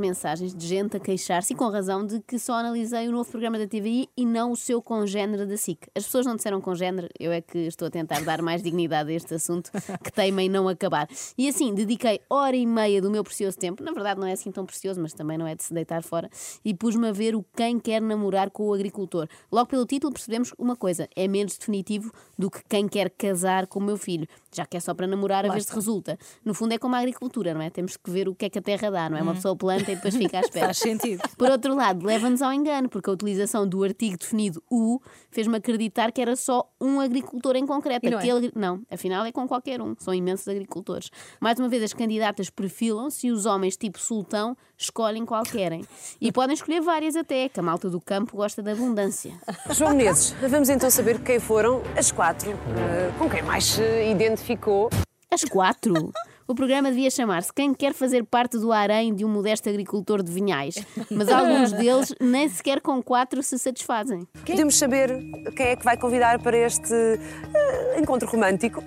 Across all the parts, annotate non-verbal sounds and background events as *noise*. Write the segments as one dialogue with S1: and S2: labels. S1: mensagens de gente a queixar-se, e com razão, de que só analisei o novo programa da TVI e não o seu congénero da SIC. As pessoas não disseram congénero, eu é que estou a tentar dar mais dignidade a este assunto que teima em não acabar. E assim, dediquei hora e meia do meu precioso tempo, na verdade não é assim tão precioso, mas também não é de se deitar fora, e pus-me a ver o Quem Quer Namorar com o Agricultor. Logo pelo título percebemos uma coisa, é menos definitivo do que Quem Quer Casar com o Meu Filho, já que é só para namorar a ver se resulta. No fundo é como a agricultura, não é? Temos que ver o que é que a terra dá, não é? Uma pessoa planta e depois fica à espera.
S2: Faz sentido.
S1: Por outro lado, leva-nos ao engano, porque a utilização do artigo definido U fez-me acreditar que era só um agricultor em concreto.
S2: E não é.
S1: Aquele... não, afinal é com qualquer um, são imensos agricultores. Mais uma vez, as candidatas perfilam-se e os homens, tipo sultão, escolhem qual querem. E podem escolher várias até, que a malta do campo gosta da abundância.
S3: João Menezes, vamos então saber quem foram as quatro eh, com quem mais se identificou.
S1: Às quatro? O programa devia chamar-se Quem Quer Fazer Parte do Harém de um Modesto Agricultor de Vinhais. Mas alguns deles nem sequer com quatro se satisfazem.
S3: Podemos saber quem é que vai convidar para este eh, encontro romântico.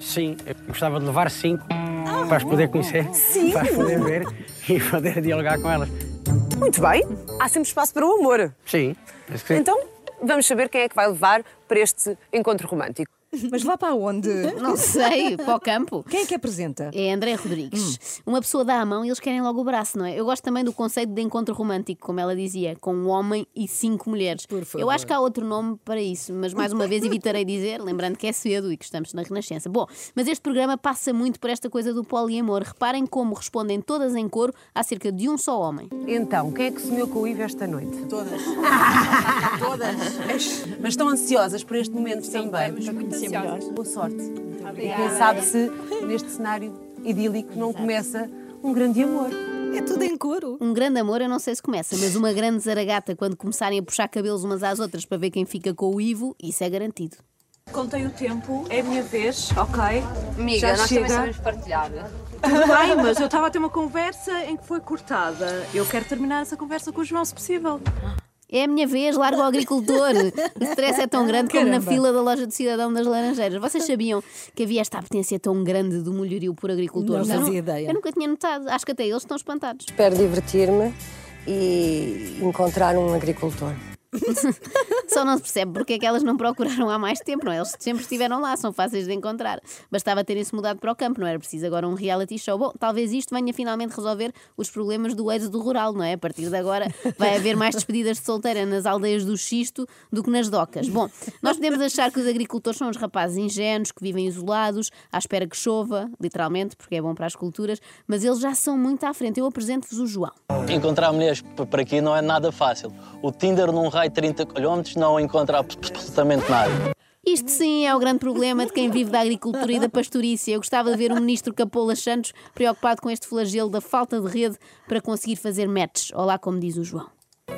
S4: Sim, eu gostava de levar cinco para as poder conhecer, para as poder ver e poder dialogar com elas.
S3: Muito bem, há sempre espaço para o amor.
S4: Sim, penso que sim.
S3: Então, vamos saber quem é que vai levar para este encontro romântico.
S2: Mas vá para onde?
S1: Não sei, para o campo.
S2: Quem é que apresenta?
S1: É André Rodrigues.
S2: Hum.
S1: Uma pessoa dá a mão e eles querem logo o braço, não é? Eu gosto também do conceito de encontro romântico, como ela dizia, com um homem e cinco mulheres.
S2: Por favor.
S1: Eu acho que há outro nome para isso, mas mais uma vez evitarei dizer, *laughs* lembrando que é cedo e que estamos na Renascença. Bom, mas este programa passa muito por esta coisa do poliamor. Reparem como respondem todas em coro acerca de um só homem.
S3: Então, quem é que sonhou com o Ivo esta noite? *laughs*
S5: Todas. Todas.
S3: Mas estão ansiosas por este momento também.
S5: estamos muito ansiosas.
S3: Boa sorte. E quem sabe se neste cenário idílico não começa um grande amor.
S2: É tudo em couro.
S1: Um grande amor, eu não sei se começa, mas uma grande zaragata quando começarem a puxar cabelos umas às outras para ver quem fica com o Ivo, isso é garantido.
S5: Contei o tempo, é a minha vez, ok?
S6: Amiga,
S5: Já
S6: nós
S5: chega.
S6: também sabemos partilhar.
S5: Tudo bem, mas eu estava a ter uma conversa em que foi cortada. Eu quero terminar essa conversa com o João, se possível.
S1: É a minha vez, largo o
S2: *laughs*
S1: agricultor. O stress é tão grande como na
S2: Caramba.
S1: fila da loja do Cidadão das Laranjeiras. Vocês sabiam que havia esta apetência tão grande do mulherio por agricultores?
S2: Não
S1: Eu
S2: fazia ideia.
S1: Eu nunca tinha notado. Acho que até eles estão espantados.
S7: Espero divertir-me e encontrar um agricultor.
S1: Só não se percebe porque é que elas não procuraram há mais tempo, não é? Eles sempre estiveram lá, são fáceis de encontrar. Bastava terem-se mudado para o campo, não era preciso agora um reality show. Bom, talvez isto venha finalmente resolver os problemas do êxodo rural, não é? A partir de agora vai haver mais despedidas de solteira nas aldeias do Xisto do que nas docas. Bom, nós podemos achar que os agricultores são os rapazes ingênuos que vivem isolados, à espera que chova, literalmente, porque é bom para as culturas, mas eles já são muito à frente. Eu apresento-vos o João.
S8: Encontrar mulheres p- para aqui não é nada fácil. O Tinder num raio de 30 km não encontra abs- absolutamente nada.
S1: Isto sim é o grande problema de quem vive da agricultura e da pastorícia. Eu gostava de ver o ministro Capola Santos preocupado com este flagelo da falta de rede para conseguir fazer matches. Olá, como diz o João.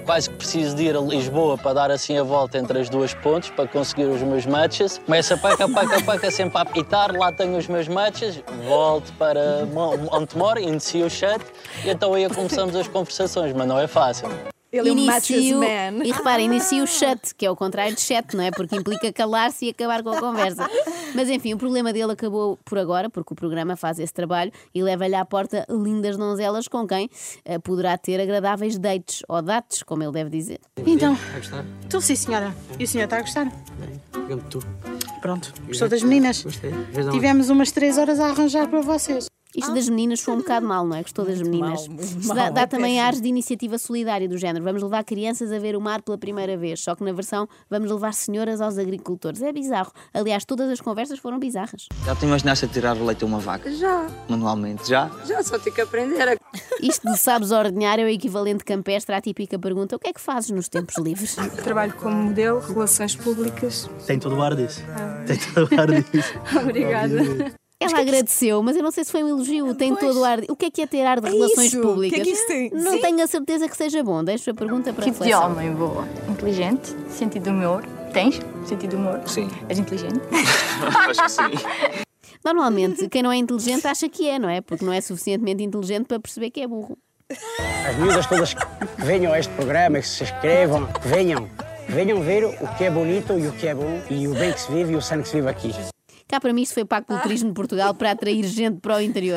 S8: Quase que preciso de ir a Lisboa para dar assim a volta entre as duas pontes para conseguir os meus matches. Começa paca, paca, paca, sempre a apitar, lá tenho os meus matches, volto para mo- onde moro, inicio o chat e então aí começamos as conversações, mas não é fácil.
S2: Ele é um matches
S1: Inicio-
S2: man.
S1: E repara, inicia o shut, que é o contrário de chat, não é? Porque implica calar-se e acabar com a conversa. Mas enfim, o problema dele acabou por agora, porque o programa faz esse trabalho e leva-lhe à porta lindas donzelas com quem eh, poderá ter agradáveis dates ou dates, como ele deve dizer.
S9: Então,
S4: Vai gostar?
S9: estou sim, senhora. E o senhor está a gostar?
S4: Diga-me tu.
S9: Pronto, gostou das meninas?
S4: Gostei. Vês aonde?
S9: Tivemos umas três horas a arranjar para vocês.
S1: Isto das meninas foi um bocado mal, não é? Gostou das meninas.
S2: mal, Ah. muito
S1: Isto
S2: mal,
S1: dá dá
S2: é
S1: também
S2: péssimo.
S1: ares de iniciativa solidária do género. Vamos levar crianças a ver o mar pela primeira vez, só que na versão vamos levar senhoras aos agricultores. É bizarro. Aliás, todas as conversas foram bizarras.
S10: Já te imaginaste a tirar o leite a uma vaca? Já. Manualmente, já?
S6: Já só tenho que aprender a
S1: Isto de sabes ordenhar é o equivalente campestre à típica pergunta: o que é que fazes nos tempos livres?
S5: Trabalho como modelo, relações públicas.
S4: Tem todo o ar disso. Tem todo o ar disso.
S5: Obrigada.
S1: Ela agradeceu, mas eu não sei se foi um elogio. Tem todo o ar. de- O que é que é ter ar de
S2: É
S1: relações
S2: isso.
S1: públicas?
S2: O que é que isso tem?
S1: Não
S2: Sim.
S1: tenho a certeza que seja bom. Deixo a pergunta para a
S11: Tipo de
S1: reflexão.
S11: homem, boa. Inteligente, sentido do humor. Tens sentido do humor?
S10: Sim.
S11: És inteligente?
S10: Acho que sim.
S1: Normalmente, quem não é inteligente acha que é, não é? Porque não é suficientemente inteligente para perceber que é burro.
S4: As miúdas todas que venham a este programa, que se inscrevam, que venham. Venham ver o que é bonito e o que é bom e o bem que se vive e o sangue que se vive aqui.
S1: Cá para mim isto foi pago pelo turismo de Portugal para atrair gente para o interior.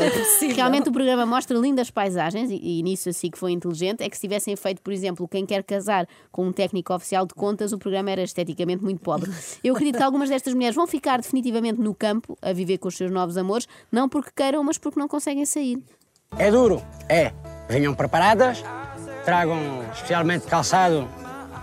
S1: Realmente o programa mostra lindas paisagens e, e nisso assim que foi inteligente. É que se tivessem feito, por exemplo, quem quer casar com um técnico oficial de contas, o programa era esteticamente muito pobre. Eu acredito que algumas destas mulheres vão ficar definitivamente no campo a viver com os seus novos amores, não porque queiram, mas porque não conseguem sair.
S4: É duro, é. Venham preparadas, tragam especialmente calçado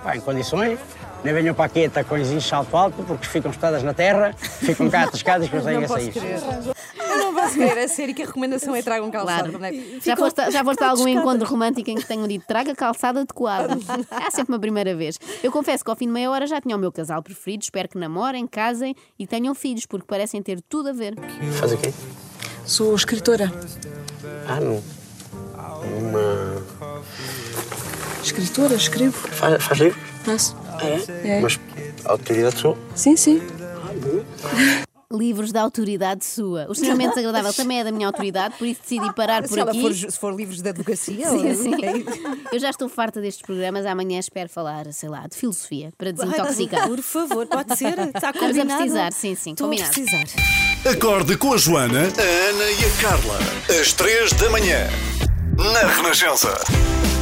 S4: pá, em condições, nem venham para aqui tacões e salto alto, porque ficam estadas na terra, ficam cá atascadas é e conseguem
S2: Não posso
S4: sair.
S2: crer. Eu não posso crer, a sério, que a recomendação é tragam calçado, não é?
S1: Já
S2: Ficou-
S1: foste, já foste a
S2: ficou
S1: algum
S2: descada.
S1: encontro romântico em que tenham dito traga calçado adequado?
S2: *laughs*
S1: Há sempre uma primeira vez. Eu confesso que ao fim de meia hora já tinha o meu casal preferido. Espero que namorem, casem e tenham filhos, porque parecem ter tudo a ver.
S4: Faz o quê?
S12: Sou escritora.
S4: Ah, não. Uma.
S12: Escritora, escrevo.
S4: Faz, faz livro?
S12: Faço.
S1: É. Mas
S4: autoridade sou?
S12: Sim, sim.
S1: Livros da autoridade sua. O extremamente desagradável também é da minha autoridade, por isso decidi parar por
S2: Ah, se ela
S1: aqui.
S2: For, ju- se for livros de advocacia,
S1: Sim,
S2: ou-
S1: sim.
S2: é isso.
S1: Eu já estou farta destes programas. Amanhã espero falar, sei lá, de filosofia para desintoxicar.
S2: Ai, tá, *laughs* por favor, pode ser? Está
S1: Estamos a
S2: combinado?
S1: precisar, sim, sim.
S2: Estou a
S1: combinado.
S2: precisar.
S13: Acorde com a Joana, a Ana e a Carla. Às três da manhã. Na Renascença.